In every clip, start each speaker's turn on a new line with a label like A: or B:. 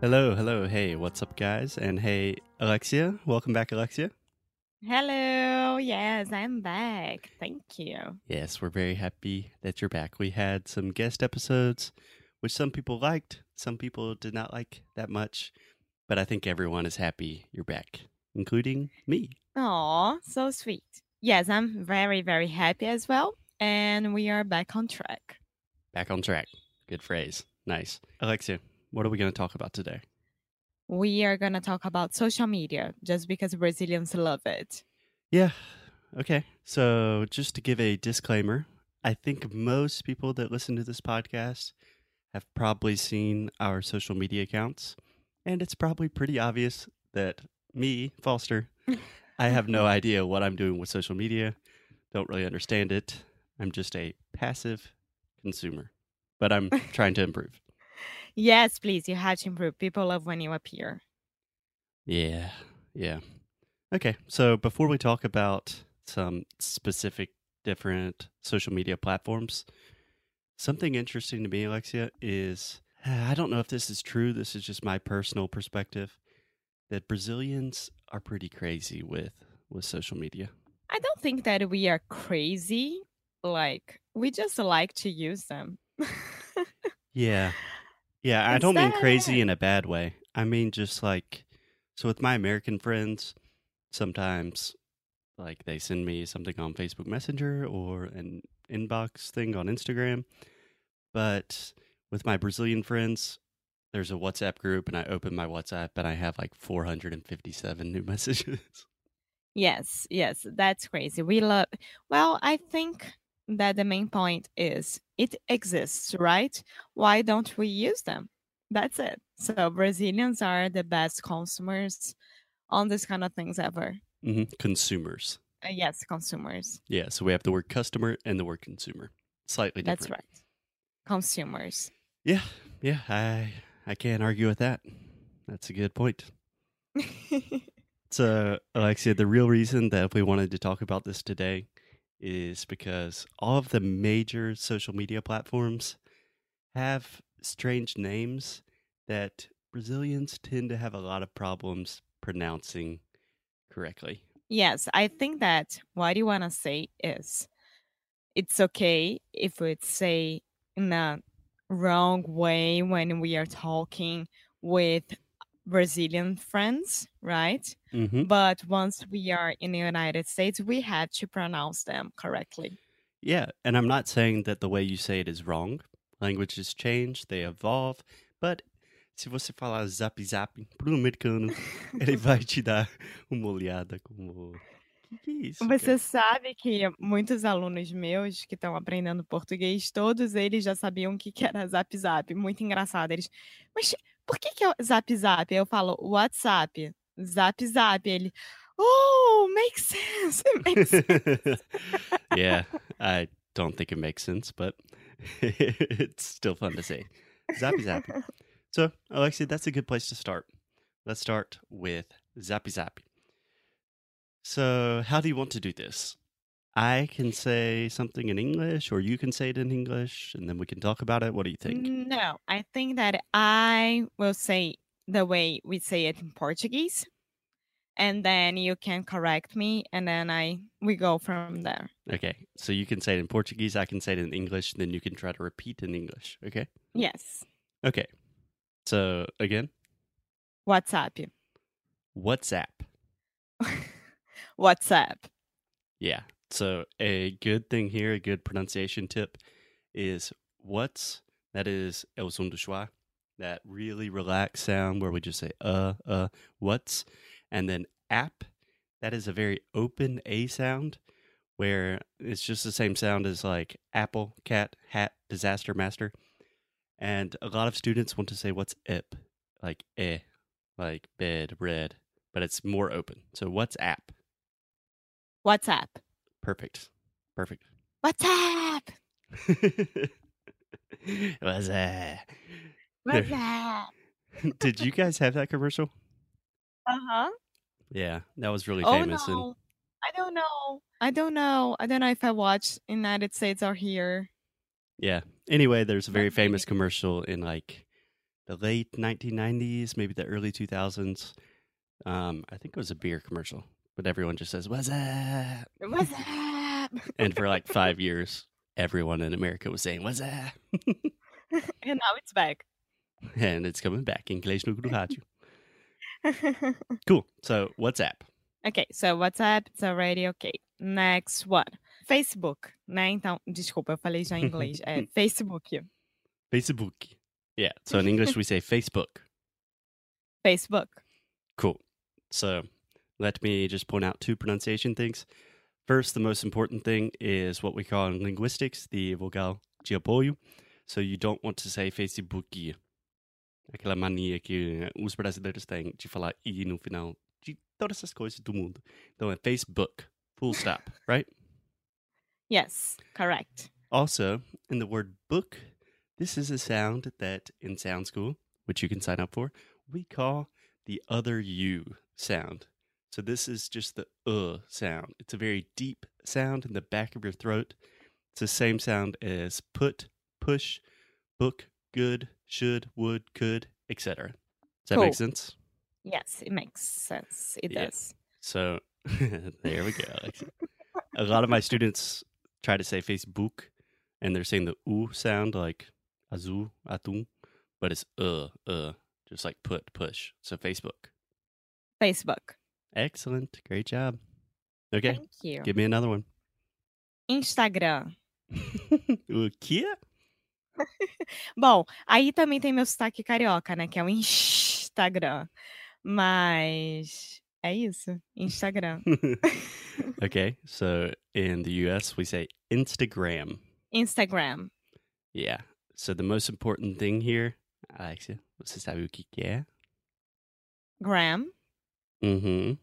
A: Hello, hello, hey, what's up, guys? And hey, Alexia, welcome back, Alexia.
B: Hello. Yes, I'm back. Thank you.
A: Yes, we're very happy that you're back. We had some guest episodes, which some people liked, some people did not like that much, but I think everyone is happy you're back, including me.
B: Aw, so sweet. Yes, I'm very, very happy as well. And we are back on track.
A: Back on track. Good phrase. Nice. Alexia, what are we going to talk about today?
B: We are going to talk about social media just because Brazilians love it.
A: Yeah. Okay. So, just to give a disclaimer, I think most people that listen to this podcast have probably seen our social media accounts, and it's probably pretty obvious that me, Foster, I have no idea what I'm doing with social media. Don't really understand it. I'm just a passive consumer, but I'm trying to improve.
B: Yes, please. You have to improve. People love when you appear.
A: Yeah, yeah. Okay, so before we talk about some specific different social media platforms, something interesting to me, Alexia, is I don't know if this is true. This is just my personal perspective that Brazilians are pretty crazy with with social media.
B: I don't think that we are crazy. Like, we just like to use them.
A: Yeah. Yeah, I
B: Is
A: don't mean
B: that-
A: crazy in a bad way. I mean just like so with my American friends, sometimes like they send me something on Facebook Messenger or an inbox thing on Instagram. But with my Brazilian friends, there's a WhatsApp group and I open my WhatsApp and I have like 457 new messages.
B: Yes, yes, that's crazy. We love, well, I think that the main point is it exists, right? Why don't we use them? That's it. So Brazilians are the best consumers on this kind of things ever.
A: hmm Consumers.
B: Uh, yes, consumers.
A: Yeah, so we have the word customer and the word consumer. Slightly different.
B: That's right. Consumers.
A: Yeah, yeah, I I can't argue with that. That's a good point. So, Alexia, the real reason that we wanted to talk about this today is because all of the major social media platforms have strange names that Brazilians tend to have a lot of problems pronouncing correctly.
B: yes, I think that what you want to say is it's okay if we say in a wrong way when we are talking with Brazilian friends, right?
A: Mm-hmm.
B: But once we are in the United States, we have to pronounce them correctly.
A: Yeah, and I'm not saying that the way you say it is wrong. Languages change, they evolve, but se você falar zap zap pro americano, ele vai te dar uma olhada como que, que é isso? cara?"
B: Você sabe que muitos alunos meus que estão aprendendo português, todos eles já sabiam o que que era Zap Zap. Muito engraçado. Eles, mas por que, que é o Zap Zap? Eu falo WhatsApp, Zap Zap. Ele, oh, makes sense. Makes sense.
A: yeah, I don't think it makes sense, but it's still fun to say. Zappy Zappy. So, Alexia, that's a good place to start. Let's start with Zappy Zappy. So, how do you want to do this? I can say something in English, or you can say it in English, and then we can talk about it. What do you think?
B: No, I think that I will say the way we say it in Portuguese, and then you can correct me, and then I we go from there.
A: Okay, so you can say it in Portuguese, I can say it in English, and then you can try to repeat in English. Okay?
B: Yes,
A: Okay. So, again,
B: WhatsApp,
A: WhatsApp.
B: WhatsApp.
A: Yeah. So a good thing here, a good pronunciation tip is what's that is el son do schwa, that really relaxed sound where we just say uh uh what's and then app that is a very open a sound where it's just the same sound as like apple, cat, hat, disaster, master. And a lot of students want to say what's ip, like eh, like bed, red, but it's more open. So what's app?
B: WhatsApp.
A: Perfect. Perfect.
B: WhatsApp.
A: what's that? There.
B: WhatsApp.
A: Did you guys have that commercial?
B: Uh huh.
A: Yeah, that was really
B: Oh
A: famous. And
B: no. I don't know. I don't know. I don't know if I watched in United States or here.
A: Yeah. Anyway, there's a very
B: That's really
A: famous commercial in like the late 1990s, maybe the early 2000s. Um, I think it was a beer commercial, but everyone just says "What's up?"
B: WhatsApp.
A: and for like five years, everyone in America was saying "What's up?"
B: and now it's back.
A: and it's coming back. Inglês no Gruhaju. Cool. So, WhatsApp.
B: ok, so WhatsApp it's already ok. Next one. Facebook, né? Então, desculpa, eu falei já em inglês. É Facebook.
A: Facebook. Yeah. So in English, we say Facebook.
B: Facebook.
A: Cool. So let me just point out two pronunciation things. First, the most important thing is what we call in linguistics the vogal de apoio. So you don't want to say Facebook. Aquela mania que eh, os brasileiros têm de falar i no final de todas essas coisas do mundo. Então é Facebook, full stop, right?
B: Yes, correct.
A: Also, in the word book, this is a sound that in sound school, which you can sign up for, we call the other U sound. So this is just the uh sound. It's a very deep sound in the back of your throat. It's the same sound as put, push, book, good, should, would, could, etc. Does that
B: Cool.
A: make sense?
B: Yes, it makes sense. It
A: Yeah.
B: does.
A: So there we go. Alexa. a lot of my students try to say Facebook and they're saying the oo sound like azul, atum, but it's uh, uh, just like put, push. So Facebook.
B: Facebook.
A: Excellent. Great job. Okay.
B: Thank you.
A: Give me another one.
B: Instagram.
A: o quê?
B: Bom, aí também tem meu sotaque carioca, né? Que é o Instagram. Mas é isso. Instagram.
A: okay. So in the US, we say Instagram.
B: Instagram.
A: Yeah. So the most important thing here, Alexia, você sabe o que que é?
B: Gram.
A: Uhum.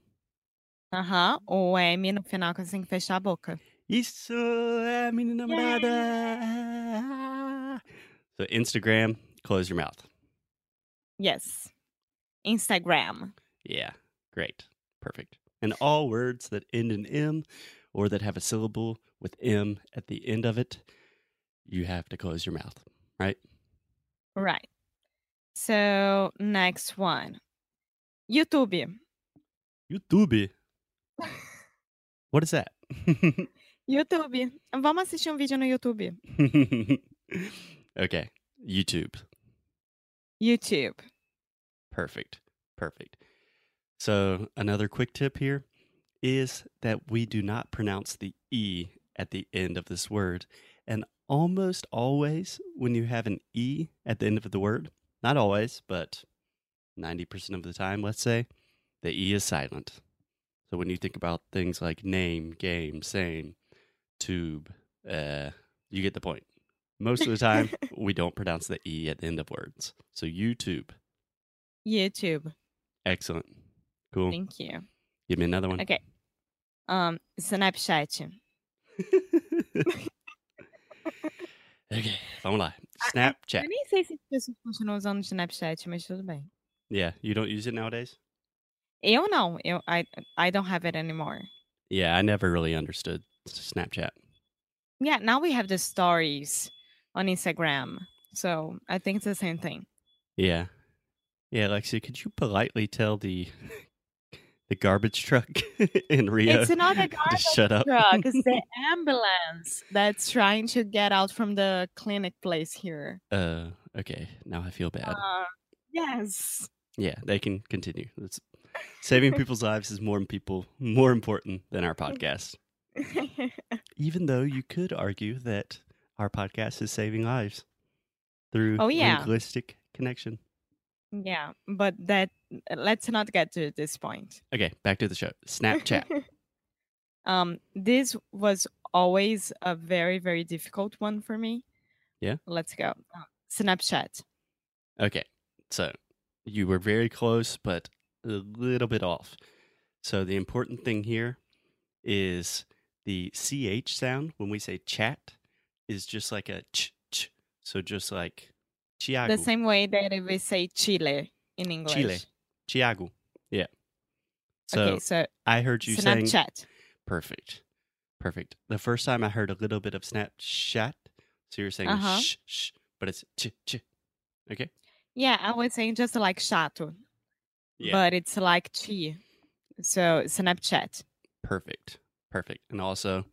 B: Aham. O M no final que você tem que fechar a boca.
A: Isso é minha namorada. So Instagram, close your mouth.
B: Yes. Instagram.
A: Yeah, great, perfect. And all words that end in M or that have a syllable with M at the end of it, you have to close your mouth, right?
B: Right. So, next one. YouTube.
A: YouTube. What is that?
B: YouTube. Vamos assistir um vídeo no YouTube.
A: okay, YouTube.
B: YouTube.
A: Perfect. Perfect. So, another quick tip here is that we do not pronounce the E at the end of this word. And almost always, when you have an E at the end of the word, not always, but 90% of the time, let's say, the E is silent. So, when you think about things like name, game, same, tube, uh, you get the point. Most of the time, we don't pronounce the E at the end of words. So, YouTube.
B: YouTube.
A: Excellent. Cool.
B: Thank you.
A: Give me another one.
B: Okay. Um, Snapchat.
A: okay. Vamos lá.
B: I- I-
A: Snapchat.
B: Eu nem sei se as pessoas continuam usando o Snapchat, mas tudo bem.
A: Yeah. You don't use it nowadays?
B: Eu não. Eu, I, I don't have it anymore.
A: Yeah. I never really understood Snapchat.
B: Yeah, now we have the stories on Instagram. So I think it's the same thing.
A: Yeah. Yeah, Lexi, could you politely tell the the garbage truck in Rio
B: It's not
A: to
B: a garbage
A: shut up?
B: truck. It's the ambulance that's trying to get out from the clinic place here.
A: Uh, okay. Now I feel bad.
B: Uh, yes.
A: Yeah, they can continue. It's, saving people's lives is more people more important than our podcast. even though you could argue that our podcast is saving lives through
B: Oh, yeah.
A: linguistic connection.
B: yeah, but that let's not get to this point.
A: Okay, back to the show. Snapchat.
B: um, this was always a very very difficult one for me
A: Yeah.
B: let's go Uh, snapchat
A: Okay. So you were very close, but a little bit off. So the important thing here is the CH sound when we say chat is just like a ch ch. So just like Chiago.
B: the same way that we say chile in english
A: Chiago. Yeah. So
B: okay so
A: I heard you saying
B: snapchat
A: perfect. Perfect. The first time I heard a little bit of Snapchat. So you're saying
B: Uh-huh.
A: sh sh, but it's ch ch. Okay.
B: yeah i was saying just like chato but it's like chi so snapchat
A: Perfect. Perfect. And also,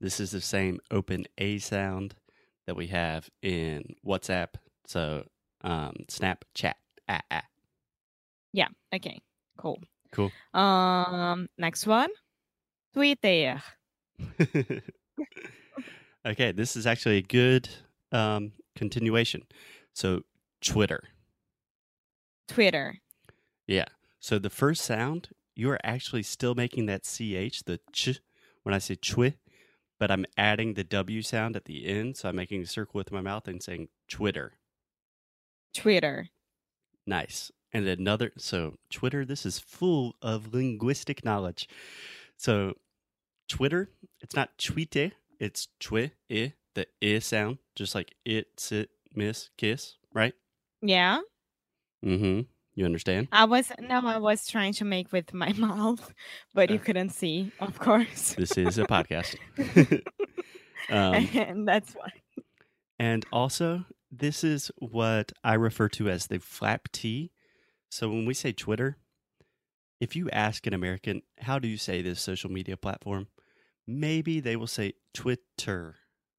A: this is the same open A sound that we have in WhatsApp. So, um, Snapchat. Ah, ah.
B: yeah okay cool
A: Cool.
B: um next one twitter
A: okay, this is actually a good um, continuation. So, Twitter.
B: twitter
A: Yeah. So, the first sound, you're actually still making that CH, the ch, when I say chwi, but I'm adding the W sound at the end. So, I'm making a circle with my mouth and saying Twitter.
B: twitter
A: Nice. And another, so Twitter, this is full of linguistic knowledge. So Twitter, it's not tweete, it's twi, i, the i sound, just like it, sit, miss, kiss, right?
B: yeah
A: Mm hmm. You understand?
B: I was no, I was trying to make with my mouth, but you
A: Uh.
B: couldn't see, of course.
A: This is a podcast. um,
B: and that's why.
A: and also, this is what I refer to as the flap T. So when we say Twitter, if you ask an American, how do you say this social media platform? Maybe they will say Twitter,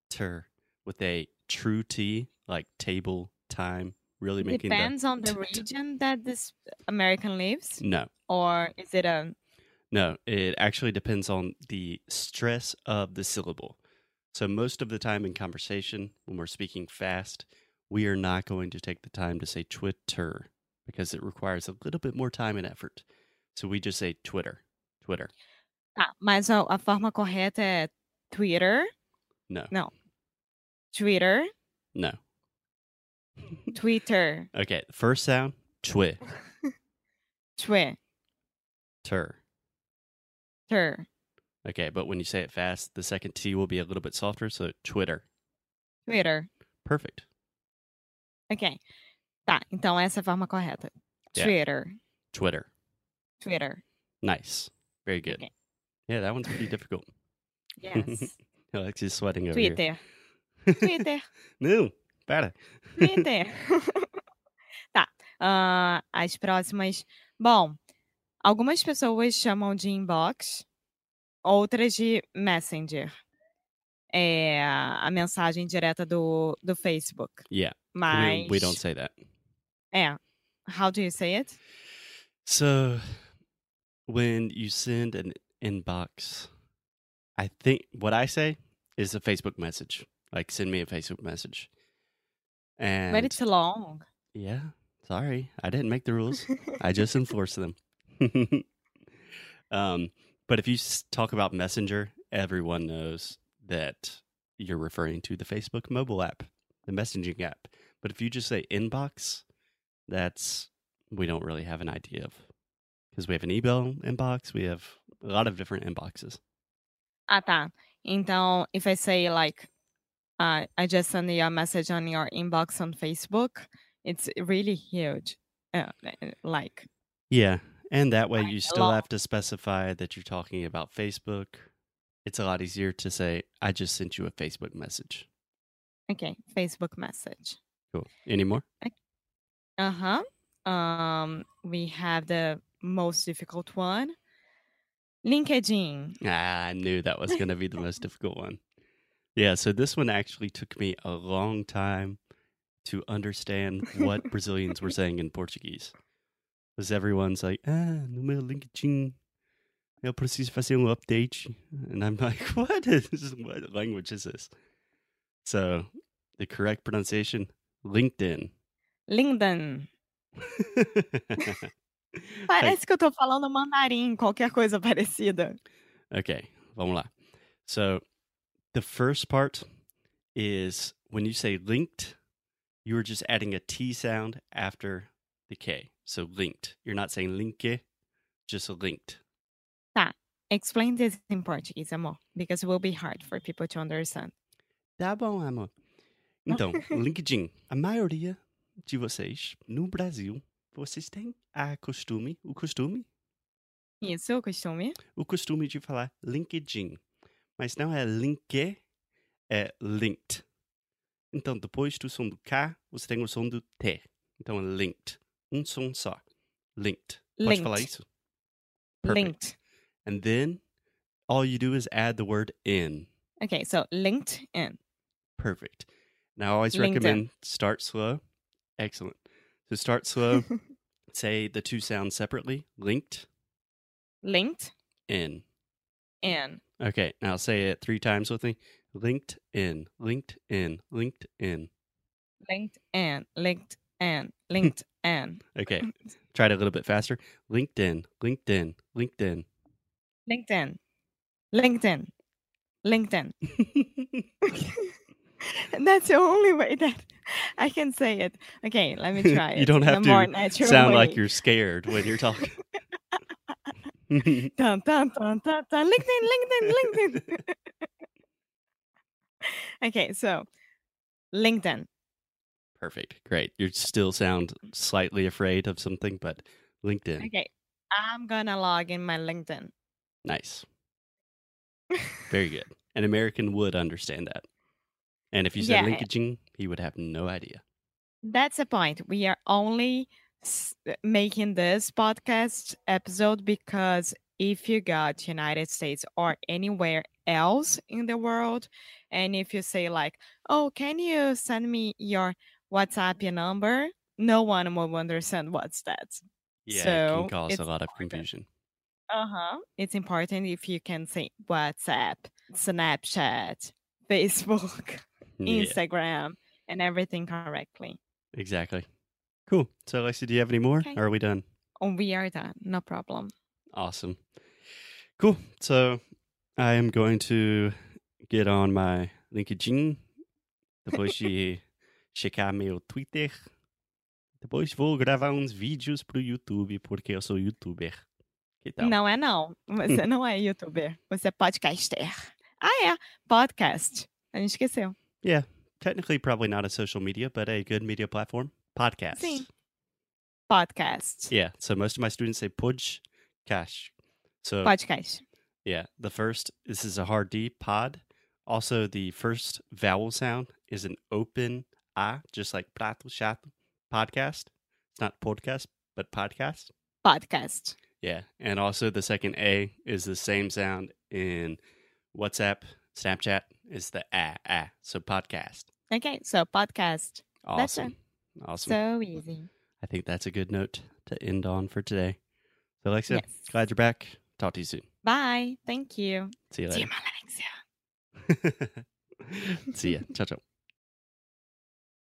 A: ter, with a true T, like table, time, really making
B: Depends on the
A: t- t-
B: region that this American lives,
A: the. No,
B: or is it um, a
A: no, it actually depends on the stress of the syllable. So, most of the time in conversation, when we're speaking fast, we are not going to take the time to say Twitter because it requires a little bit more time and effort. So, we just say Twitter, Twitter.
B: ah, mas a, a forma correta é Twitter,
A: No,
B: Twitter,
A: no.
B: Twitter,
A: Okay, the first sound, Twitter,
B: Twitter.
A: Okay, but when you say it fast, the second T will be a little bit softer. So, Twitter.
B: Twitter.
A: Perfect.
B: Ok. Tá, então essa é a forma correta.
A: Yeah.
B: Twitter.
A: Twitter.
B: Twitter.
A: Nice. Very good.
B: Okay.
A: Yeah, that one's pretty difficult.
B: Yes.
A: Alexi's sweating over here.
B: Twitter. Twitter.
A: Não, para.
B: Twitter. tá. ah, as próximas. Bom, algumas pessoas chamam de inbox, outras de messenger. É a mensagem direta do, do Facebook.
A: Yeah,
B: Mas.
A: we, we don't say that.
B: É. How do you say it?
A: So when you send an inbox, I think what I say is a Facebook message. Like send me a Facebook message. And
B: But it's long.
A: yeah, sorry, I didn't make the rules. I just enforce them. um, but if you s- talk about Messenger, everyone knows that you're referring to the Facebook mobile app, the messaging app. But if you just say inbox, that's we don't really have an idea of because we have an email inbox, we have a lot of different inboxes.
B: ah, tá. Então, if I say, like, uh, I just send you a message on your inbox on Facebook, it's really huge. Uh, like,
A: Yeah, and that way you still
B: lot.
A: have to specify that you're talking about Facebook. It's a lot easier to say I just sent you a Facebook message.
B: Okay, Facebook message.
A: Cool. Any more?
B: Uh huh. Um, we have the most difficult one LinkedIn.
A: Ah, I knew that was going to be the most difficult one. Yeah, so this one actually took me a long time to understand what Brazilians were saying in Portuguese. Because everyone's like, ah, no meu LinkedIn, eu preciso fazer um update. And I'm like, what is, what language is this? So the correct pronunciation, LinkedIn.
B: LinkedIn.
A: Like,
B: Parece que eu tô falando mandarim, qualquer coisa parecida.
A: okay, vamos lá. So the first part is when you say linked, you are just adding a T sound after the K. So linked. You're not saying linke, just linked.
B: Explain this in Portuguese, amor, because it will be hard for people to understand.
A: Tá bom, amor. Então, LinkedIn. A maioria de vocês no Brasil, vocês têm a costume, o costume,
B: Isso, costume?
A: o costume de falar LinkedIn. Mas não é link, é linked. Então, depois do som do K, você tem o som do T. Então, é linked. Um som só. Linked. Pode falar
B: Linked.
A: isso? Perfect.
B: Linked.
A: And then, all you do is add the word in.
B: Okay, so linked in.
A: Perfect. And I always
B: LinkedIn.
A: recommend start slow. Excellent. So start slow. say the two sounds separately. Linked
B: linked
A: in.
B: in.
A: Okay. Now say it three times with me. Linked in. Linked in. Linked in.
B: Linked in. Linked in. Linked in.
A: Okay. Try it a little bit faster. LinkedIn. LinkedIn. LinkedIn.
B: LinkedIn. LinkedIn. LinkedIn. That's the only way that I can say it. Okay, let me try it.
A: You don't
B: in
A: have
B: a more
A: to
B: natural
A: Sound like
B: way.
A: you're scared when you're talking.
B: Dun, dun, dun, dun, dun. LinkedIn, LinkedIn, LinkedIn. okay, so LinkedIn.
A: Perfect. Great. You still sound slightly afraid of something, but LinkedIn.
B: Okay, I'm gonna log in my LinkedIn.
A: Nice. Very good. An American would understand that. And if you said
B: Yeah.
A: linkaging, he would have no idea.
B: That's the point. We are only s- uh, making this podcast episode because if you go to United States or anywhere else in the world, and if you say like, "Oh, can you send me your WhatsApp number?" No one will understand what's that.
A: Yeah, it
B: So,
A: can cause a
B: it's
A: lot of
B: important.
A: confusion.
B: Uh huh. It's important if you can say WhatsApp, Snapchat, Facebook,
A: Yeah,
B: Instagram, and everything correctly.
A: exactly. Cool. So, Alexia, do you have any more?
B: Okay.
A: Or are we done?
B: Oh, we are done. No problem.
A: Awesome. Cool. So, I am going to get on my linkaging. Depois de checar meu Twitter. Depois vou gravar uns vídeos pro YouTube, porque eu sou youtuber. Que tal?
B: Não é não. Você não é youtuber. Você é podcaster. Ah, é. Podcast. A gente esqueceu.
A: technically probably not a social media, but a good media platform. Podcast.
B: Sim. Podcast.
A: Yeah. So most of my students say podge cash. So
B: Podcast.
A: yeah, the first this is a hard D pod. Also the first vowel sound is an open a, just like prato chato podcast. It's not podcast, but podcast.
B: Podcast.
A: Yeah. And also the second A is the same sound in WhatsApp, Snapchat is the a a. So podcast.
B: Okay, so é podcast. That's it.
A: Awesome. Awesome.
B: So easy.
A: I think that's a good note to end on for today. So, Alexia,
B: Yes.
A: glad you're back. Talk to you soon.
B: Bye. Thank you.
A: See you
B: See you,
A: later.
B: Alexia.
A: See ya. ciao, ciao.